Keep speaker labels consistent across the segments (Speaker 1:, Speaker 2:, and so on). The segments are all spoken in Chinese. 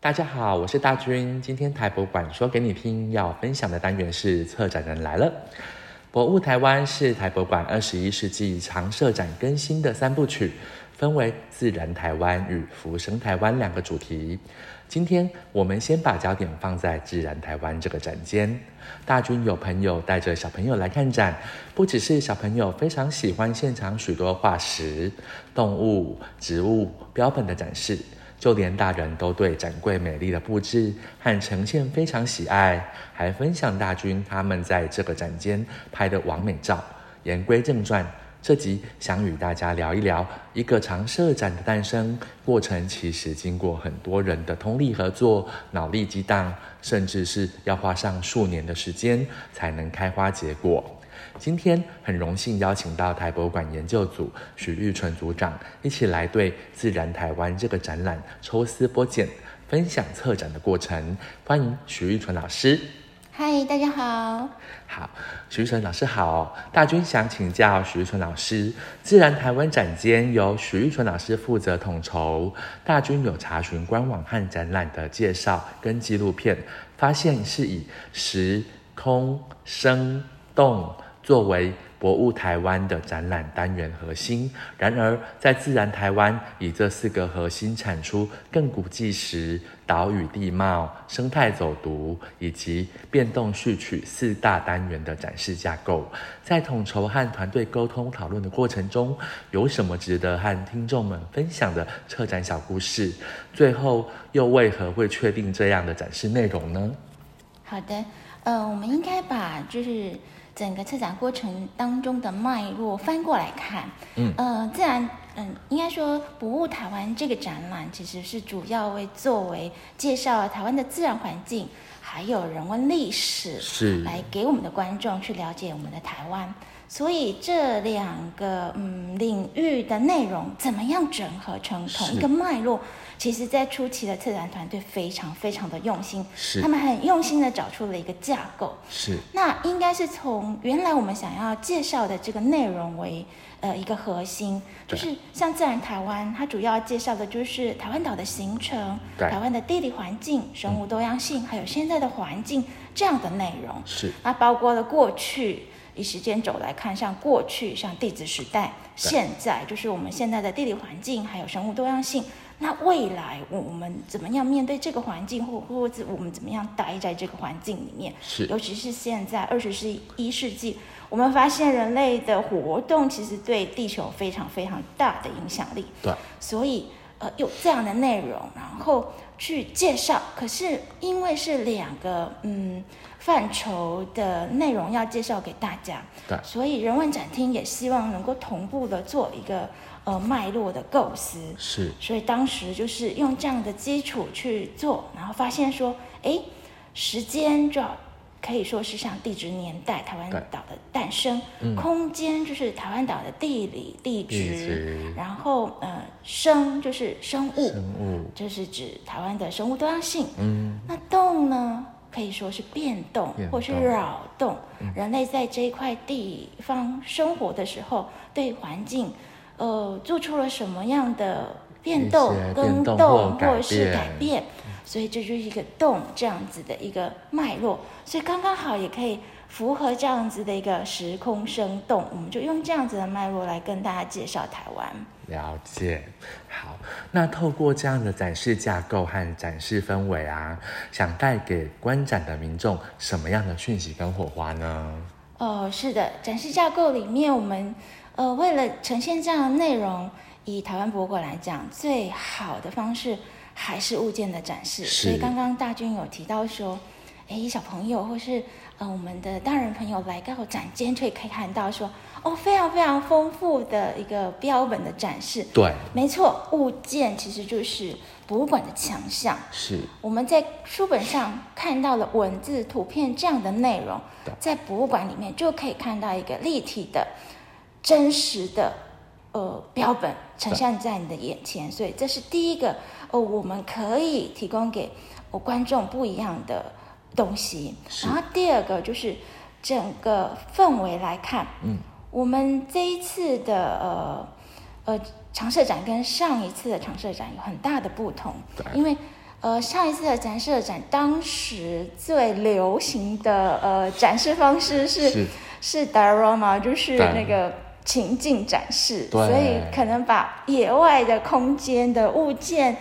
Speaker 1: 大家好，我是大军。今天台博馆说给你听要分享的单元是策展人来了。博物台湾是台博馆二十一世纪常设展更新的三部曲，分为自然台湾与浮生台湾两个主题。今天我们先把焦点放在自然台湾这个展间。大军有朋友带着小朋友来看展，不只是小朋友非常喜欢现场许多化石、动物、植物标本的展示，就连大人都对展柜美丽的布置和呈现非常喜爱，还分享大军他们在这个展间拍的完美照。言归正传，这集想与大家聊一聊一个常设展的诞生过程，其实经过很多人的通力合作、脑力激荡，甚至是要花上数年的时间才能开花结果。今天很荣幸邀请到台博馆研究组许玉纯组长一起来对《自然台湾》这个展览抽丝剥茧，分享策展的过程。欢迎许玉纯老师。
Speaker 2: 嗨，大家好。
Speaker 1: 好，徐纯老师好，大军想请教徐纯老师，自然台湾展间由徐玉纯老师负责统筹，大军有查询官网和展览的介绍跟纪录片，发现是以时空生动作为博物台湾的展览单元核心，然而在自然台湾以这四个核心产出亘古纪实、岛屿地貌、生态走读以及变动序曲四大单元的展示架构，在统筹和团队沟通讨论的过程中，有什么值得和听众们分享的策展小故事？最后又为何会确定这样的展示内容呢？
Speaker 2: 好的，呃，我们应该把就是整个策展过程当中的脉络翻过来看。
Speaker 1: 嗯
Speaker 2: 呃，自然，嗯，应该说博物台湾这个展览其实是主要为作为介绍台湾的自然环境，还有人文历史，
Speaker 1: 是
Speaker 2: 来给我们的观众去了解我们的台湾。所以这两个嗯领域的内容怎么样整合成同一
Speaker 1: 是
Speaker 2: 个脉络？其实，在初期的策展团队非常非常的用心，
Speaker 1: 是
Speaker 2: 他们很用心的找出了一个架构。
Speaker 1: 是
Speaker 2: 那应该是从原来我们想要介绍的这个内容为呃一个核心，就
Speaker 1: 对
Speaker 2: 是像自然台湾，它主要介绍的就是台湾岛的形成、
Speaker 1: 对
Speaker 2: 台湾的地理环境、生物多样性，还有现在的环境这样的内容。
Speaker 1: 是
Speaker 2: 那包括了过去，以时间轴来看，像过去，像地质时代，现在就是我们现在的地理环境，还有生物多样性。那未来我我们怎么样面对这个环境，或或者我们怎么样待在这个环境里面？
Speaker 1: 是
Speaker 2: 尤其是现在二十一世纪，我们发现人类的活动其实对地球非常非常大的影响力。
Speaker 1: 对，
Speaker 2: 所以呃有这样的内容，然后去介绍。可是因为是两个嗯范畴的内容要介绍给大家，
Speaker 1: 对
Speaker 2: 所以人文展厅也希望能够同步的做一个呃脉络的构思。
Speaker 1: 是
Speaker 2: 所以当时就是用这样的基础去做，然后发现说，哎，时间就可以说是像地质年代台湾
Speaker 1: 对嗯
Speaker 2: 岛的诞生，空间就是台湾岛的地理地质，
Speaker 1: 地质
Speaker 2: 然后呃生就是生物，
Speaker 1: 生物
Speaker 2: 就是指台湾的生物多样性。
Speaker 1: 嗯
Speaker 2: 那动呢，可以说是变动
Speaker 1: 变动嗯
Speaker 2: 或是扰动，人类在这一块地方生活的时候，对环境，呃，做出了什么样的变动
Speaker 1: 一些、
Speaker 2: 更
Speaker 1: 变动
Speaker 2: 动
Speaker 1: 或改
Speaker 2: 或是
Speaker 1: 变
Speaker 2: 改变？所以这就是一个动这样子的一个脉络，所以刚刚好也可以符合这样子的一个时空生动，我们就用这样子的脉络来跟大家介绍台湾。
Speaker 1: 了解，好，那透过这样的展示架构和展示氛围啊，想带给观展的民众什么样的讯息跟火花呢？
Speaker 2: 哦，是的，展示架构里面，我们呃为了呈现这样的内容，以台湾博物馆来讲，最好的方式还是物件的展示。
Speaker 1: 是
Speaker 2: 所以刚刚大军有提到说，诶，小朋友或是呃我们的大人朋友来到展间，就可以看到说，哦，非常非常丰富的一个标本的展示。
Speaker 1: 对，
Speaker 2: 没错，物件其实就是博物馆的强项。
Speaker 1: 是
Speaker 2: 我们在书本上看到了文字、图片这样的内容
Speaker 1: 对，
Speaker 2: 在博物馆里面就可以看到一个立体的、真实的呃标本呈现在你的眼前，所以这是第一个哦，我们可以提供给我观众不一样的东西。
Speaker 1: 是
Speaker 2: 然后第二个就是整个氛围来看，
Speaker 1: 嗯，
Speaker 2: 我们这一次的呃呃常设展跟上一次的常设展有很大的不同
Speaker 1: 对，
Speaker 2: 因为呃，上一次的展示的展，当时最流行的呃展示方式是
Speaker 1: 是
Speaker 2: 是 diorama，就是
Speaker 1: 对
Speaker 2: 那个情境展示，
Speaker 1: 对
Speaker 2: 所以可能把野外的空间的物件，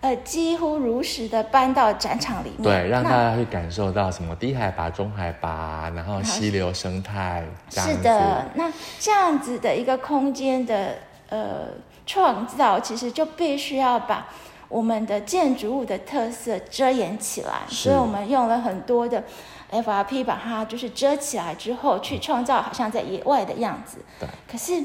Speaker 2: 呃，几乎如实的搬到展场里面，
Speaker 1: 对，让
Speaker 2: 那
Speaker 1: 大家会感受到什么低海拔、中海拔，然后溪流生态这样
Speaker 2: 是
Speaker 1: 子。
Speaker 2: 的，那这样子的一个空间的呃创造，其实就必须要把我们的建筑物的特色遮掩起来，
Speaker 1: 是
Speaker 2: 所以我们用了很多的 FRP 把它就是遮起来之后，去创造好像在野外的样子。
Speaker 1: 对，
Speaker 2: 可是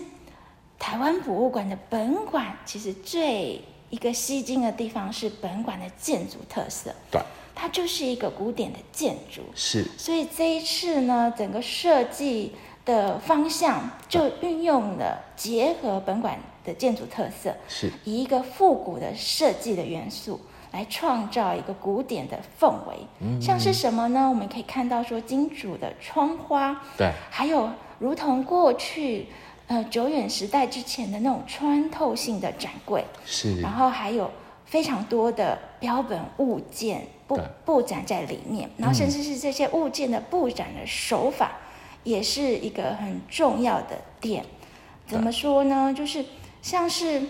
Speaker 2: 台湾博物馆的本馆其实最一个吸睛的地方是本馆的建筑特色，
Speaker 1: 对，
Speaker 2: 它就是一个古典的建筑。
Speaker 1: 是
Speaker 2: 所以这一次呢，整个设计的方向就运用了结合本馆的建筑特色，
Speaker 1: 是
Speaker 2: 以一个复古的设计的元素来创造一个古典的氛围。像是什么呢？我们可以看到说金主的窗花，
Speaker 1: 对，
Speaker 2: 还有如同过去呃久远时代之前的那种穿透性的展柜，
Speaker 1: 是
Speaker 2: 然后还有非常多的标本物件布
Speaker 1: 对嗯
Speaker 2: 布展在里面，然后甚至是这些物件的布展的手法，也是一个很重要的点。怎么说呢？就是像是，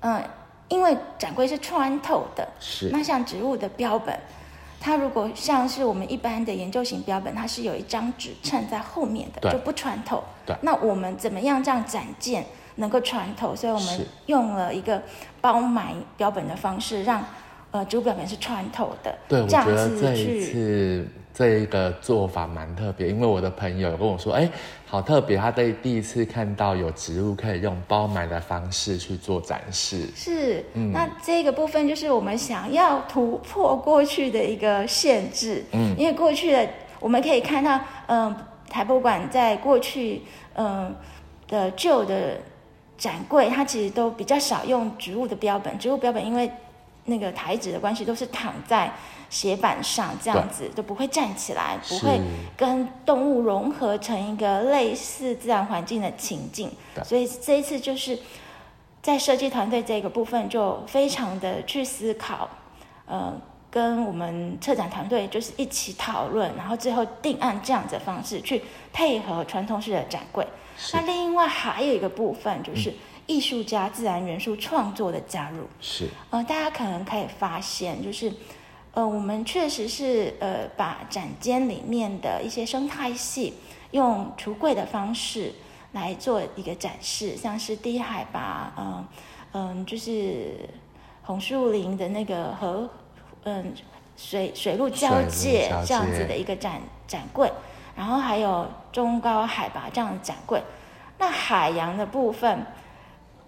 Speaker 2: 嗯、因为展柜是穿透的，
Speaker 1: 是
Speaker 2: 那像植物的标本，它如果像是我们一般的研究型标本，它是有一张纸衬在后面的，
Speaker 1: 对
Speaker 2: 就不穿透。
Speaker 1: 对
Speaker 2: 那我们怎么样这样展件能够穿透？所以我们
Speaker 1: 是
Speaker 2: 用了一个包埋标本的方式，让呃植物标本是穿透的。
Speaker 1: 对，我
Speaker 2: 这样
Speaker 1: 觉得
Speaker 2: 子
Speaker 1: 这一
Speaker 2: 去
Speaker 1: 次这一个做法蛮特别，因为我的朋友有跟我说，哎，好特别，他第第一次看到有植物可以用包埋的方式去做展示。
Speaker 2: 是，
Speaker 1: 嗯
Speaker 2: 那这个部分就是我们想要突破过去的一个限制，嗯，因为过去的我们可以看到，嗯、台博馆在过去，嗯、的旧的展柜，它其实都比较少用植物的标本，植物标本因为那个台纸的关系，都是躺在斜板上这样子，都不会站起来，不
Speaker 1: 是
Speaker 2: 会跟动物融合成一个类似自然环境的情境，
Speaker 1: 对
Speaker 2: 所以这一次就是在设计团队这个部分就非常的去思考，呃，跟我们策展团队就是一起讨论，然后最后定案这样子的方式去配合传统式的展柜。
Speaker 1: 是
Speaker 2: 那另外还有一个部分就是艺术家自然元素创作的加入。
Speaker 1: 是，
Speaker 2: 呃，大家可能可以发现，就是呃，我们确实是呃，把展间里面的一些生态系用橱柜的方式来做一个展示，像是低海拔，嗯、嗯、就是红树林的那个河，嗯、水水陆交
Speaker 1: 水陆
Speaker 2: 界
Speaker 1: 交
Speaker 2: 这样子
Speaker 1: 界
Speaker 2: 的一个展展柜，然后还有中高海拔这样的展柜。那海洋的部分，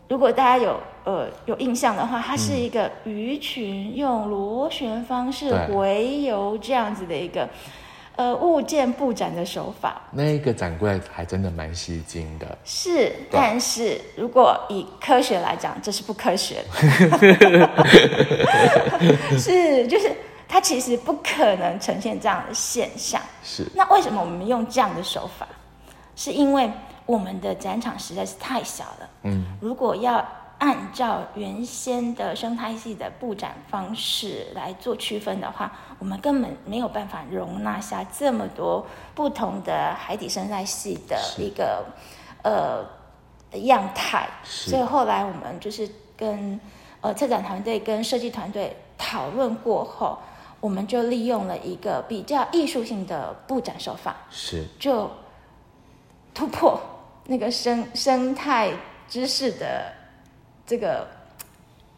Speaker 2: 如果大家有呃有印象的话，它是一个鱼群用螺旋方式
Speaker 1: 对
Speaker 2: 回游这样子的一个呃物件布展的手法。
Speaker 1: 那个展柜还真的蛮吸睛的。
Speaker 2: 是，但是如果以科学来讲，这是不科学的。是，就是它其实不可能呈现这样的现象。
Speaker 1: 是
Speaker 2: 那为什么我们用这样的手法？是因为我们的展场实在是太小了。嗯，如果要按照原先的生态系的布展方式来做区分的话，我们根本没有办法容纳下这么多不同的海底生态系的一个呃样态。
Speaker 1: 是
Speaker 2: 所以后来我们就是跟呃策展团队跟设计团队讨论过后，我们就利用了一个比较艺术性的布展手法，
Speaker 1: 是，
Speaker 2: 就突破那个生生态知识的这个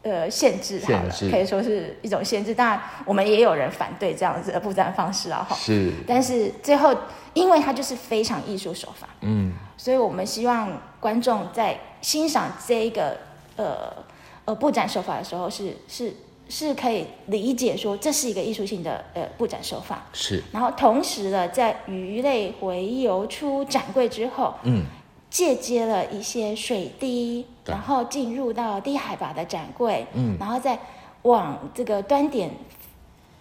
Speaker 2: 呃限制好了，
Speaker 1: 限制
Speaker 2: 可以说是一种限制。当然，我们也有人反对这样子的布展方式啊，哈。
Speaker 1: 是，
Speaker 2: 但是最后，因为它就是非常艺术手法，
Speaker 1: 嗯，
Speaker 2: 所以我们希望观众在欣赏这一个呃呃布展手法的时候是，是是可以理解说这是一个艺术性的呃布展手法。
Speaker 1: 是，
Speaker 2: 然后同时呢，在鱼类回游出展柜之后，
Speaker 1: 嗯，
Speaker 2: 借接了一些水滴，
Speaker 1: 对
Speaker 2: 然后进入到低海拔的展柜，
Speaker 1: 嗯，
Speaker 2: 然后再往这个端点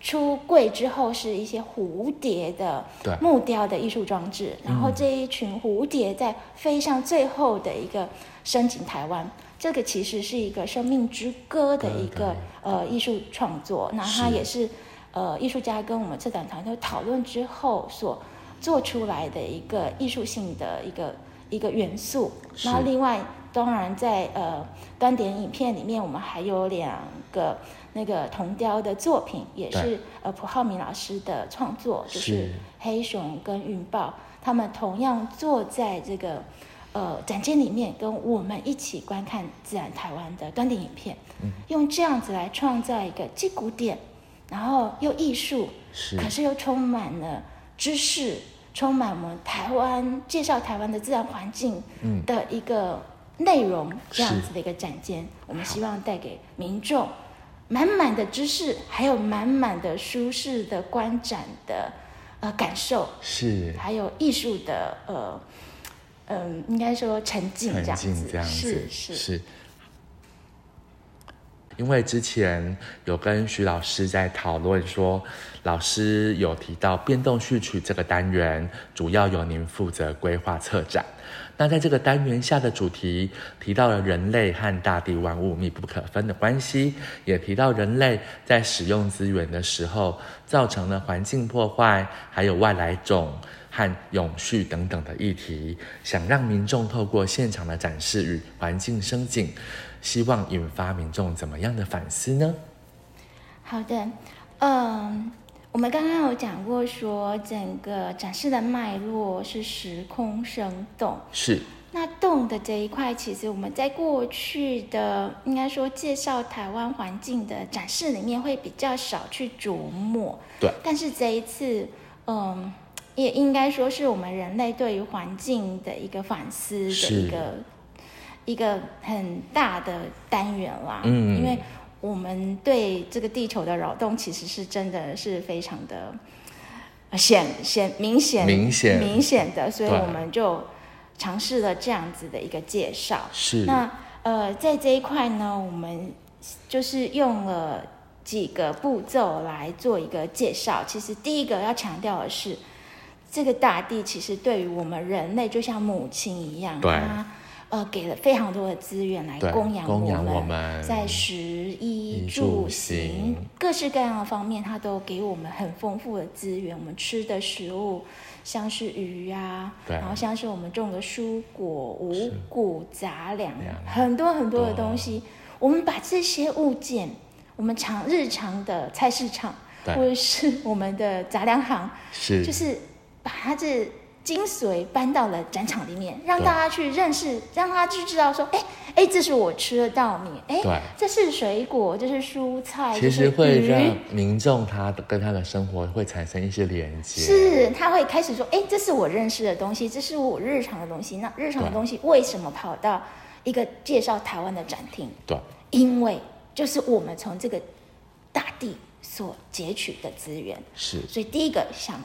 Speaker 2: 出柜之后是一些蝴蝶的
Speaker 1: 对
Speaker 2: 木雕的艺术装置，然后这一群蝴蝶在飞上最后的一个深情台湾。这个其实是一个生命之歌的
Speaker 1: 对
Speaker 2: 一
Speaker 1: 对
Speaker 2: 个呃艺术创作，那它
Speaker 1: 是
Speaker 2: 也是呃艺术家跟我们策展团队讨论之后所做出来的一个艺术性的一个一个元素。
Speaker 1: 是
Speaker 2: 然后另外，当然在呃观点影片里面，我们还有两个那个铜雕的作品，也
Speaker 1: 对
Speaker 2: 是呃蒲浩明老师的创作，就是
Speaker 1: 是
Speaker 2: 黑熊跟云豹，他们同样坐在这个呃展间里面，跟我们一起观看自然台湾的观点影片，用这样子来创造一个既古典，然后又艺术，
Speaker 1: 是
Speaker 2: 可是又充满了知识，充满我们台湾介绍台湾的自然环境
Speaker 1: 嗯
Speaker 2: 的一个内容，这样子的一个展间，我们希望带给民众满满的知识，还有满满的舒适的观展的呃感受，
Speaker 1: 是
Speaker 2: 还有艺术的呃嗯、应该说沉浸这
Speaker 1: 很
Speaker 2: 样
Speaker 1: 近
Speaker 2: 子，
Speaker 1: 这样子，
Speaker 2: 是是
Speaker 1: 是。因为之前有跟徐老师在讨论说，老师有提到变动序曲这个单元，主要由您负责规划策展。那在这个单元下的主题提到了人类和大地万物密不可分的关系，也提到人类在使用资源的时候造成了环境破坏，还有外来种和永续等等的议题，想让民众透过现场的展示与环境声景，希望引发民众怎么样的反思呢？
Speaker 2: 好的，嗯，我们刚刚有讲过说，整个展示的脉络是时空生动。
Speaker 1: 是
Speaker 2: 那动的这一块，其实我们在过去的应该说介绍台湾环境的展示里面会比较少去琢磨。
Speaker 1: 对
Speaker 2: 但是这一次，嗯，也应该说是我们人类对于环境的一个反思的
Speaker 1: 是
Speaker 2: 一个一个很大的单元啦。
Speaker 1: 嗯
Speaker 2: 因为我们对这个地球的扰动，其实是真的是非常的呃显显明显
Speaker 1: 明显
Speaker 2: 明显的，所以
Speaker 1: 对
Speaker 2: 我们就尝试了这样子的一个介绍。
Speaker 1: 是
Speaker 2: 那呃，在这一块呢，我们就是用了几个步骤来做一个介绍。其实第一个要强调的是，这个大地其实对于我们人类就像母亲一样，
Speaker 1: 对
Speaker 2: 它呃给了非常多的资源来
Speaker 1: 对
Speaker 2: 供养
Speaker 1: 供
Speaker 2: 我
Speaker 1: 养
Speaker 2: 们，
Speaker 1: 我们
Speaker 2: 在食衣
Speaker 1: 嗯衣
Speaker 2: 住
Speaker 1: 住
Speaker 2: 行
Speaker 1: 行
Speaker 2: 各式各样的方面，它都给我们很丰富的资源。我们吃的食物，像是鱼啊，
Speaker 1: 对
Speaker 2: 然后像是我们种的蔬果、五谷杂粮
Speaker 1: 粮，
Speaker 2: 很多很多的
Speaker 1: 多
Speaker 2: 东西。我们把这些物件，我们常日常的菜市场，
Speaker 1: 对
Speaker 2: 或者是我们的杂粮行，
Speaker 1: 是
Speaker 2: 就是把它这精髓搬到了展场里面，让
Speaker 1: 对
Speaker 2: 大家去认识，让他去知道说，哎哎，这是我吃的稻米，
Speaker 1: 对
Speaker 2: 哎，这是水果，这是蔬菜，
Speaker 1: 其实
Speaker 2: 这是
Speaker 1: 会让
Speaker 2: 鱼。
Speaker 1: 民众他的跟他的生活会产生一些连接，
Speaker 2: 是，他会开始说，哎，这是我认识的东西，这是我日常的东西。那日常的
Speaker 1: 对
Speaker 2: 东西为什么跑到一个介绍台湾的展厅？
Speaker 1: 对，
Speaker 2: 因为就是我们从这个大地所截取的资源。
Speaker 1: 是
Speaker 2: 所以第一个想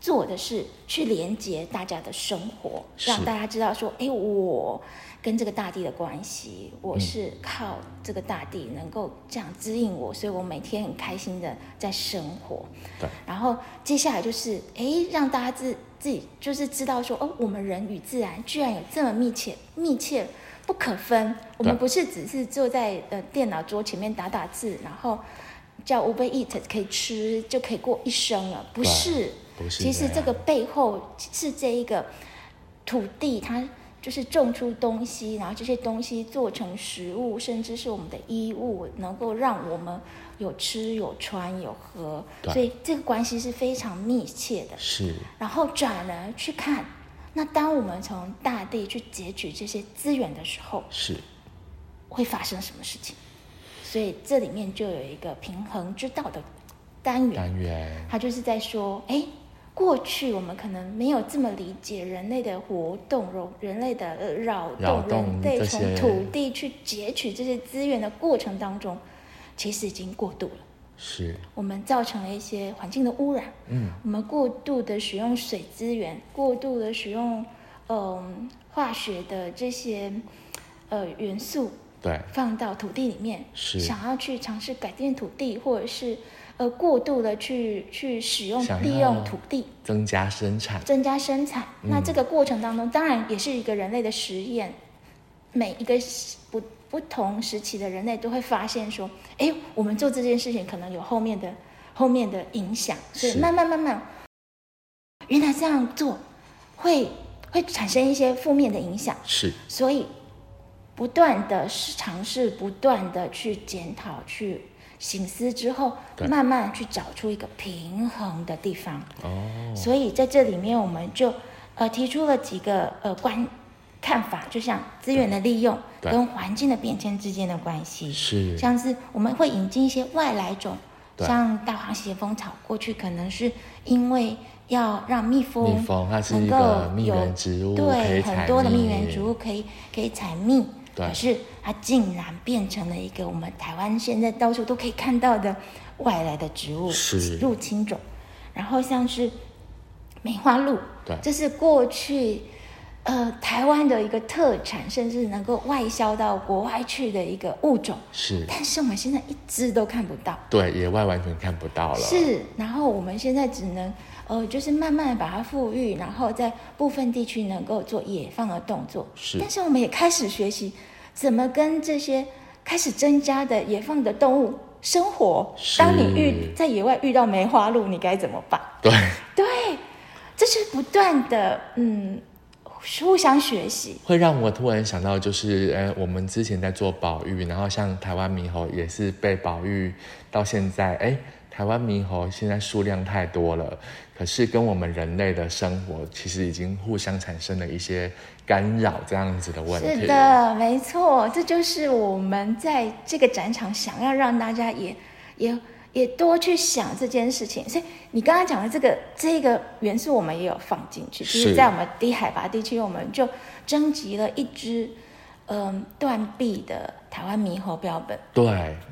Speaker 2: 做的是去连接大家的生活，
Speaker 1: 是
Speaker 2: 让大家知道说，哎，我跟这个大地的关系，我是靠这个大地能够这样指引我，所以我每天很开心的在生活。
Speaker 1: 对，
Speaker 2: 然后接下来就是，哎，让大家自自己就是知道说，哦，我们人与自然居然有这么密切密切不可分。我们
Speaker 1: 对
Speaker 2: 不是只是坐在呃电脑桌前面打打字，然后叫 Uber Eat 可以吃就可以过一生了，不
Speaker 1: 对
Speaker 2: 是。
Speaker 1: 不是
Speaker 2: 其实
Speaker 1: 这
Speaker 2: 这个
Speaker 1: 样
Speaker 2: 背后是这一个土地，它就是种出东西，然后这些东西做成食物，甚至是我们的衣物，能够让我们有吃有穿有喝，
Speaker 1: 对
Speaker 2: 所以这个关系是非常密切的。
Speaker 1: 是
Speaker 2: 然后转而去看，那当我们从大地去截取这些资源的时候，
Speaker 1: 是
Speaker 2: 会发生什么事情？所以这里面就有一个平衡之道的单元。
Speaker 1: 单元
Speaker 2: 他就是在说，哎，过去我们可能没有这么理解人类的活动、人人类的呃扰动、
Speaker 1: 扰动
Speaker 2: 人类
Speaker 1: 这
Speaker 2: 从
Speaker 1: 些
Speaker 2: 土地去截取这些资源的过程当中，其实已经过度了。
Speaker 1: 是
Speaker 2: 我们造成了一些环境的污染，
Speaker 1: 嗯，
Speaker 2: 我们过度的使用水资源，过度的使用嗯、化学的这些呃元素，
Speaker 1: 对
Speaker 2: 放到土地里面，
Speaker 1: 是
Speaker 2: 想要去尝试改变土地，或者是呃过度的去去使用
Speaker 1: 想
Speaker 2: 利
Speaker 1: 要
Speaker 2: 用土地，
Speaker 1: 增加生产，
Speaker 2: 增加生产。
Speaker 1: 嗯
Speaker 2: 那这个过程当中，当然也是一个人类的实验，每一个时不不同时期的人类都会发现说，哎，我们做这件事情可能有后面的后面的影响，所以
Speaker 1: 是
Speaker 2: 慢慢慢慢，原来这样做会会产生一些负面的影响，
Speaker 1: 是
Speaker 2: 所以不断的尝试，不断的去检讨，去。醒思之后，
Speaker 1: 对
Speaker 2: 慢慢去找出一个平衡的地方。
Speaker 1: 哦，
Speaker 2: 所以在这里面，我们就呃提出了几个呃观看法，就像资源的利用
Speaker 1: 对
Speaker 2: 跟环境的变迁之间的关系，
Speaker 1: 是
Speaker 2: 像是我们会引进一些外来种，
Speaker 1: 对
Speaker 2: 像大黄血蜂草，过去可能是因为要让蜜蜂
Speaker 1: 蜜蜂，它是
Speaker 2: 能
Speaker 1: 一
Speaker 2: 够
Speaker 1: 个蜜
Speaker 2: 有
Speaker 1: 源植物，可
Speaker 2: 对，
Speaker 1: 以采
Speaker 2: 很多的蜜源植物
Speaker 1: 蜜，
Speaker 2: 可以可以采蜜，
Speaker 1: 对
Speaker 2: 可是它竟然变成了一个我们台湾现在到处都可以看到的外来的植物
Speaker 1: 是
Speaker 2: 入侵种，然后像是梅花鹿，
Speaker 1: 对
Speaker 2: 这是过去呃台湾的一个特产，甚至能够外销到国外去的一个物种，
Speaker 1: 是
Speaker 2: 但是我们现在一只都看不到。
Speaker 1: 对野外完全看不到了，
Speaker 2: 是，然后我们现在只能呃，就是慢慢地把它富裕，然后在部分地区能够做野放的动作。
Speaker 1: 是
Speaker 2: 但是我们也开始学习怎么跟这些开始增加的野放的动物生活。当你遇
Speaker 1: 是
Speaker 2: 在野外遇到梅花鹿，你该怎么办？
Speaker 1: 对
Speaker 2: 对，这是不断的嗯，互相学习。
Speaker 1: 会让我突然想到，就是呃，我们之前在做保育，然后像台湾猕猴也是被保育到现在，哎，台湾猕猴现在数量太多了，可是跟我们人类的生活其实已经互相产生了一些干扰这样子的问题。
Speaker 2: 是，的，没错，这就是我们在这个展场想要让大家也也也多去想这件事情。所以你刚刚讲的这个这个元素，我们也有放进去。就是是在我们低海拔地区，我们就征集了一只嗯断臂的台湾猕猴标本。
Speaker 1: 对，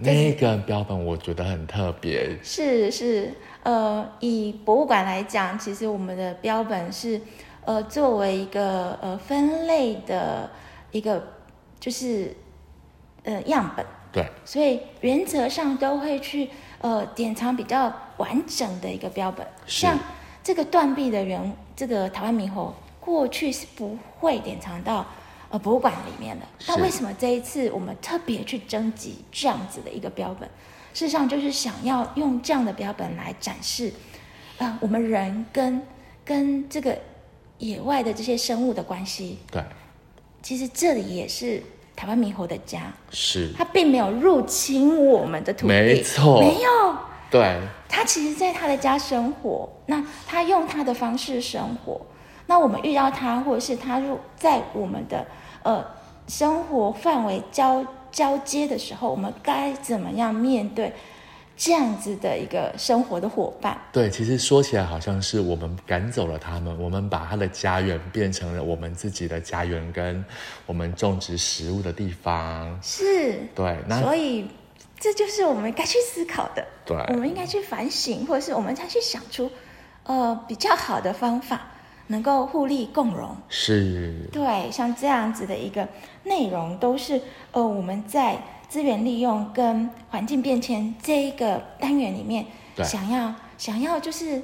Speaker 2: 这是
Speaker 1: 那个标本我觉得很特别，
Speaker 2: 是是，呃，以博物馆来讲，其实我们的标本是，呃，作为一个呃分类的一个就是呃样本，
Speaker 1: 对，
Speaker 2: 所以原则上都会去呃典藏比较完整的一个标本。
Speaker 1: 是
Speaker 2: 像这个断臂的人，这个台湾猕猴，过去是不会典藏到呃博物馆里面的。
Speaker 1: 是
Speaker 2: 那为什么这一次我们特别去征集这样子的一个标本？事实上就是想要用这样的标本来展示，呃，我们人跟跟这个野外的这些生物的关系。
Speaker 1: 对，
Speaker 2: 其实这里也是台湾猕猴的家。
Speaker 1: 是，
Speaker 2: 它并没有入侵我们的土地，
Speaker 1: 没错
Speaker 2: 没有。
Speaker 1: 对，
Speaker 2: 它其实在它的家生活，那它用它的方式生活。那我们遇到它，或者是它入在我们的呃生活范围交交接的时候，我们该怎么样面对这样子的一个生活的伙伴？
Speaker 1: 对，其实说起来好像是我们赶走了他们，我们把他的家园变成了我们自己的家园，跟我们种植食物的地方。
Speaker 2: 是，
Speaker 1: 对，那
Speaker 2: 所以这就是我们该去思考的。
Speaker 1: 对
Speaker 2: 我们应该去反省，或者是我们才去想出，呃，比较好的方法，能够互利共荣。
Speaker 1: 是
Speaker 2: 对，像这样子的一个内容，都是呃我们在资源利用跟环境变迁这一个单元里面，
Speaker 1: 对
Speaker 2: 想要想要就是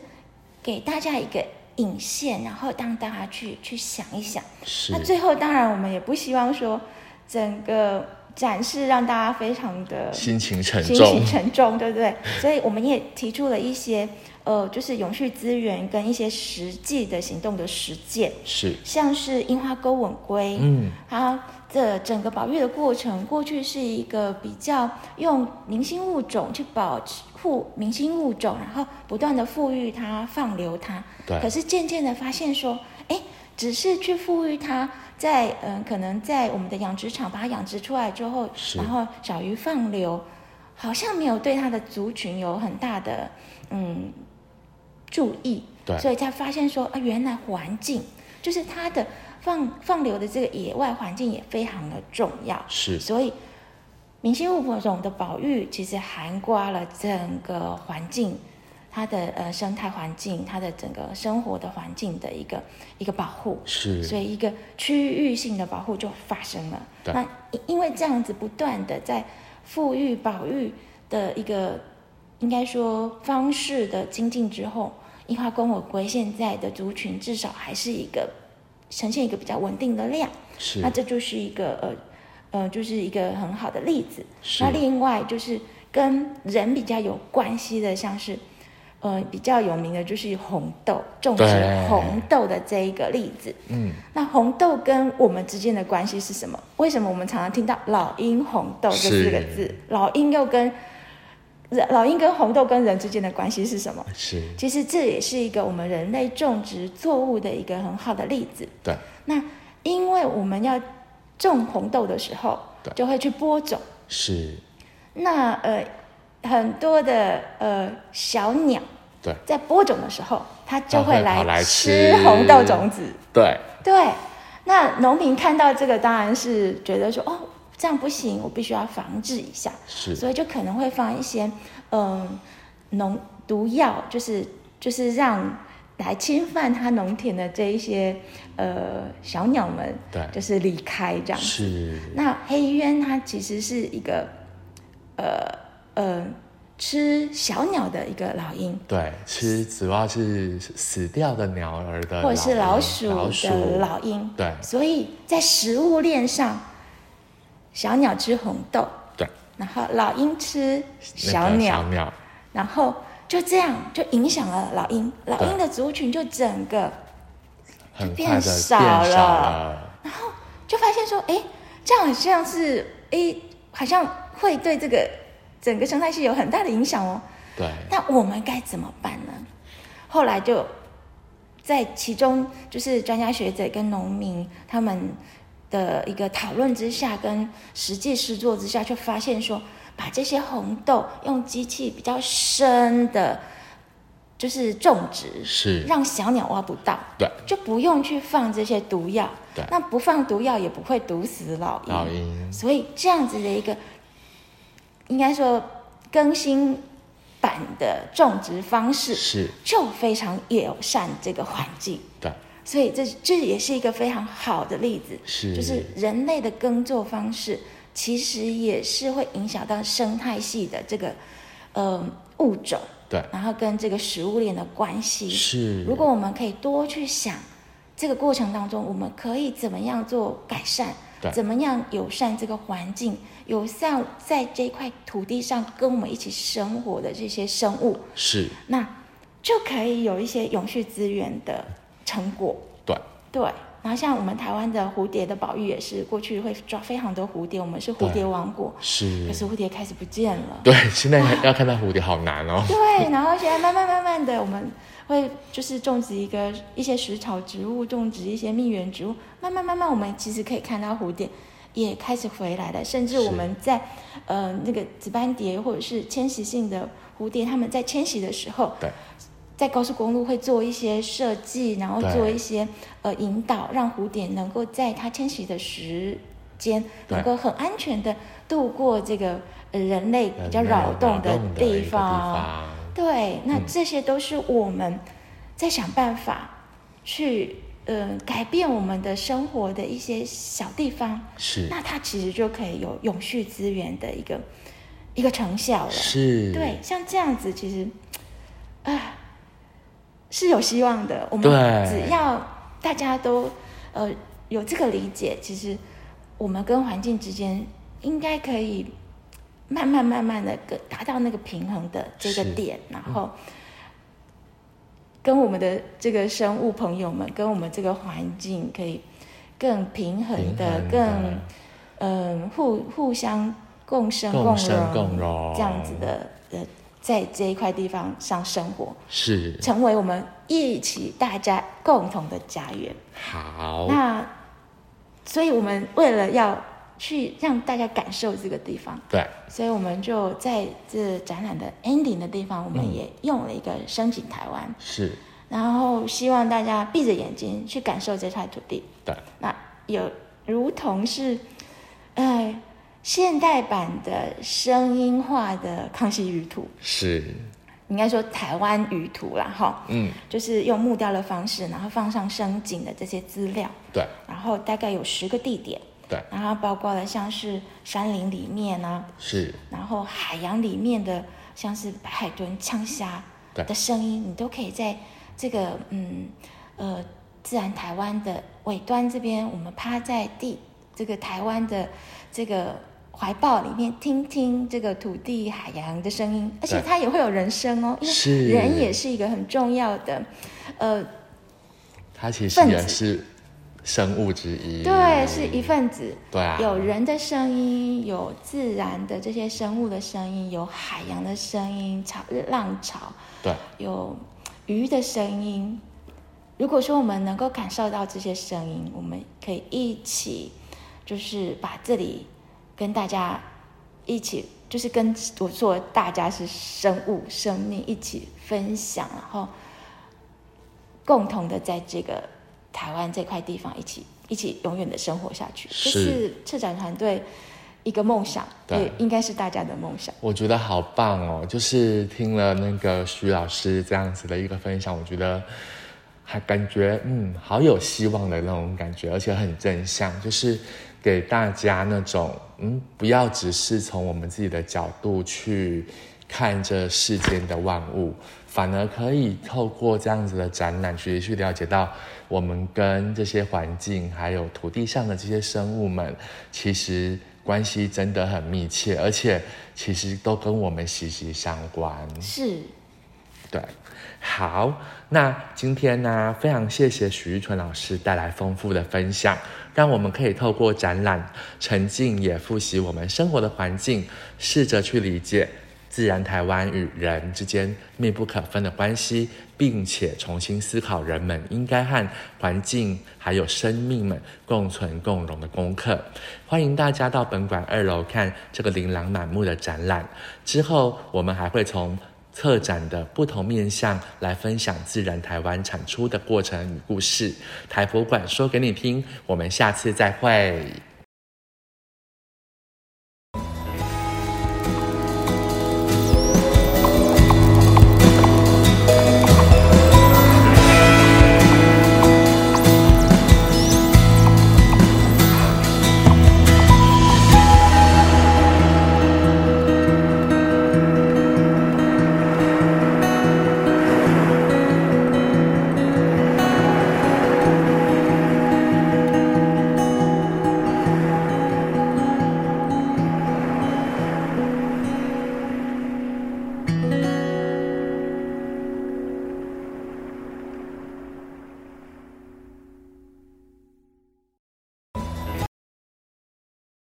Speaker 2: 给大家一个引线，然后让大家去去想一想。
Speaker 1: 是
Speaker 2: 那，最后，当然我们也不希望说整个展示让大家非常的
Speaker 1: 心情沉
Speaker 2: 心
Speaker 1: 重
Speaker 2: 情，沉重，对不对？所以我们也提出了一些呃，就是永续资源跟一些实际的行动的实践，
Speaker 1: 是，
Speaker 2: 像是樱花沟吻龟，
Speaker 1: 嗯，
Speaker 2: 它的整个保育的过程，过去是一个比较用明星物种去保护明星物种，然后不断的富裕它、放流它。
Speaker 1: 对
Speaker 2: 可是渐渐的发现说，哎，只是去富裕它，在嗯、呃可能在我们的养殖场把它养殖出来之后，
Speaker 1: 是
Speaker 2: 然后小鱼放流，好像没有对它的族群有很大的嗯注意，
Speaker 1: 对
Speaker 2: 所以才发现说啊，原来环境就是它的放放流的这个野外环境也非常的重要，
Speaker 1: 是
Speaker 2: 所以明星物种的保育其实涵盖了整个环境。它的呃生态环境，它的整个生活的环境的一个一个保护，所
Speaker 1: 是，
Speaker 2: 以一个区域性的保护就发生了。
Speaker 1: 对
Speaker 2: 那因因为这样子不断的在富裕保育的一个应该说方式的精进之后，樱花公我龟现在的族群至少还是一个呈现一个比较稳定的量，
Speaker 1: 是
Speaker 2: 那这就是一个呃呃就是一个很好的例子。
Speaker 1: 是
Speaker 2: 那另外就是跟人比较有关系的，像是呃比较有名的就是红豆，种植
Speaker 1: 对
Speaker 2: 红豆的这一个例子。
Speaker 1: 嗯，
Speaker 2: 那红豆跟我们之间的关系是什么？为什么我们常常听到“老鹰红豆”这四个字
Speaker 1: 是？
Speaker 2: 老鹰又跟人老鹰跟红豆跟人之间的关系是什么？
Speaker 1: 是
Speaker 2: 其实这也是一个我们人类种植作物的一个很好的例子。
Speaker 1: 对，
Speaker 2: 那因为我们要种红豆的时候
Speaker 1: 对，
Speaker 2: 就会去播种。
Speaker 1: 是，
Speaker 2: 那呃，很多的呃小鸟
Speaker 1: 对
Speaker 2: 在播种的时候，它
Speaker 1: 它
Speaker 2: 就
Speaker 1: 会
Speaker 2: 会
Speaker 1: 跑来
Speaker 2: 来
Speaker 1: 吃
Speaker 2: 吃红豆种子。
Speaker 1: 对，
Speaker 2: 对，那农民看到这个，当然是觉得说，哦，这样不行，我必须要防治一下，
Speaker 1: 是
Speaker 2: 所以就可能会放一些，嗯，农毒药，就是就是让来侵犯他农田的这一些呃小鸟们，
Speaker 1: 对
Speaker 2: 就是离开这样子。
Speaker 1: 是，
Speaker 2: 那黑鸢它其实是一个，呃呃，吃小鸟的一个老鹰，
Speaker 1: 对，吃主要是死掉的鸟儿的，
Speaker 2: 或者是老鼠
Speaker 1: 老
Speaker 2: 的
Speaker 1: 鼠，
Speaker 2: 老鹰。
Speaker 1: 对
Speaker 2: 所以在食物链上，小鸟吃红豆，
Speaker 1: 对，
Speaker 2: 然后老鹰吃
Speaker 1: 那个
Speaker 2: 小鸟，
Speaker 1: 小鸟，
Speaker 2: 然后就这样就影响了老鹰，老鹰的族群就整个
Speaker 1: 很
Speaker 2: 变
Speaker 1: 快的
Speaker 2: 少
Speaker 1: 变少
Speaker 2: 了
Speaker 1: 了，
Speaker 2: 就发现说，哎，这样好像是，哎，好像会对这个整个生态系有很大的影响哦。
Speaker 1: 对，
Speaker 2: 那我们该怎么办呢？后来就在其中，就是专家学者跟农民他们的一个讨论之下，跟实际施作之下，就发现说，把这些红豆用机器比较深的，就是种植，
Speaker 1: 是，
Speaker 2: 让小鸟挖不到，
Speaker 1: 对，
Speaker 2: 就不用去放这些毒药
Speaker 1: 对。
Speaker 2: 那不放毒药也不会毒死老鹰。
Speaker 1: 老鹰
Speaker 2: 所以这样子的一个，应该说更新版的种植方式，
Speaker 1: 是，
Speaker 2: 就非常友善这个环境。
Speaker 1: 对，
Speaker 2: 所以这这也是一个非常好的例子，
Speaker 1: 是
Speaker 2: 就是人类的耕作方式，其实也是会影响到生态系的这个，呃，物种，
Speaker 1: 对，
Speaker 2: 然后跟这个食物链的关系。
Speaker 1: 是，
Speaker 2: 嗯如果我们可以多去想，这个过程当中，我们可以怎么样做改善
Speaker 1: 对？
Speaker 2: 怎么样友善这个环境？友善在这块土地上跟我们一起生活的这些生物，
Speaker 1: 是，
Speaker 2: 那就可以有一些永续资源的成果。
Speaker 1: 对，
Speaker 2: 对，然后像我们台湾的蝴蝶的保育也是，过去会抓非常多蝴蝶，我们是蝴
Speaker 1: 对
Speaker 2: 蝶王国，可
Speaker 1: 是，
Speaker 2: 是蝴蝶开始不见了。
Speaker 1: 对，现 在要看到蝴蝶好难哦，
Speaker 2: 对，然后现在慢慢慢慢的，我们会就是种植一个一些食草植物，种植一些蜜源植物，慢慢慢慢，我们其实可以看到蝴蝶也开始回来了，甚至
Speaker 1: 是
Speaker 2: 我们在呃那个紫斑蝶或者是迁徙性的蝴蝶，它们在迁徙的时候，
Speaker 1: 对，
Speaker 2: 在高速公路会做一些设计，然后
Speaker 1: 对
Speaker 2: 做一些呃引导，让蝴蝶能够在它迁徙的时间，
Speaker 1: 对
Speaker 2: 能够很安全的度过这个呃人类 比较
Speaker 1: 人类
Speaker 2: 扰动
Speaker 1: 的
Speaker 2: 的
Speaker 1: 一个
Speaker 2: 地
Speaker 1: 地
Speaker 2: 方。
Speaker 1: 方
Speaker 2: 对，那
Speaker 1: 嗯
Speaker 2: 这些都是我们在想办法去嗯、呃改变我们的生活的一些小地方，
Speaker 1: 是
Speaker 2: 那它其实就可以有永续资源的一个一个成效了。
Speaker 1: 是，
Speaker 2: 对，像这样子其实，啊，是有希望的。我
Speaker 1: 对
Speaker 2: 们只要大家都呃有这个理解，其实我们跟环境之间应该可以慢慢慢慢的达到那个平衡的这个
Speaker 1: 是嗯
Speaker 2: 点，然后。跟我们的这个生物朋友们，跟我们这个环境可以更平衡的、
Speaker 1: 平衡的
Speaker 2: 更嗯、互互相共生
Speaker 1: 共
Speaker 2: 共
Speaker 1: 生
Speaker 2: 荣
Speaker 1: 共荣
Speaker 2: 这样子的呃，在这一块地方上生活，
Speaker 1: 是
Speaker 2: 成为我们一起大家共同的家园。
Speaker 1: 好，
Speaker 2: 那所以我们为了要去让大家感受这个地方，
Speaker 1: 对，
Speaker 2: 所以我们就在这展览的 ending 的地方，我
Speaker 1: 嗯
Speaker 2: 们也用了一个深景台湾。
Speaker 1: 是，
Speaker 2: 然后希望大家闭着眼睛去感受这块土地。
Speaker 1: 对，
Speaker 2: 那有如同是，呃，现代版的声音化的康熙舆图，
Speaker 1: 是，
Speaker 2: 应该说台湾舆图啦，哈，
Speaker 1: 嗯，
Speaker 2: 就是用木雕的方式，然后放上声景的这些资料，
Speaker 1: 对，
Speaker 2: 然后大概有十个地点，
Speaker 1: 对，
Speaker 2: 然后包括了像是山林里面啊，
Speaker 1: 是，
Speaker 2: 然后海洋里面的像是海豚、枪虾
Speaker 1: 对
Speaker 2: 的声音，你都可以在这个嗯呃自然台湾的尾端这边，我们趴在地这个台湾的这个怀抱里面，听听这个土地、海洋的声音，而且
Speaker 1: 对
Speaker 2: 它也会有人声哦，因为
Speaker 1: 是
Speaker 2: 人也是一个很重要的呃
Speaker 1: 它其实
Speaker 2: 分子
Speaker 1: 也是生物之一。
Speaker 2: 对，是一份子。
Speaker 1: 对啊，
Speaker 2: 有人的声音，有自然的这些生物的声音，有海洋的声音，潮浪潮，
Speaker 1: 对
Speaker 2: 有鱼的声音。如果说我们能够感受到这些声音，我们可以一起，就是把这里跟大家一起，就是跟我说大家是生物生命一起分享，然后共同的在这个台湾这块地方一起一起永远的生活下去，这
Speaker 1: 是
Speaker 2: 是策展团队一个梦想，
Speaker 1: 对
Speaker 2: 也应该是大家的梦想。
Speaker 1: 我觉得好棒哦！就是听了那个徐老师这样子的一个分享，我觉得还感觉嗯，好有希望的那种感觉，而且很正向，就是给大家那种嗯，不要只是从我们自己的角度去看这世间的万物，反而可以透过这样子的展览，去去了解到我们跟这些环境还有土地上的这些生物们，其实关系真的很密切，而且其实都跟我们息息相关。
Speaker 2: 是，
Speaker 1: 对，好，那今天呢，非常谢谢许玉纯老师带来丰富的分享，让我们可以透过展览沉浸也复习我们生活的环境，试着去理解自然台湾与人之间密不可分的关系，并且重新思考人们应该和环境还有生命们共存共荣的功课。欢迎大家到本馆二楼看这个琳琅满目的展览。之后，我们还会从策展的不同面向来分享自然台湾产出的过程与故事。台博馆说给你听，我们下次再会。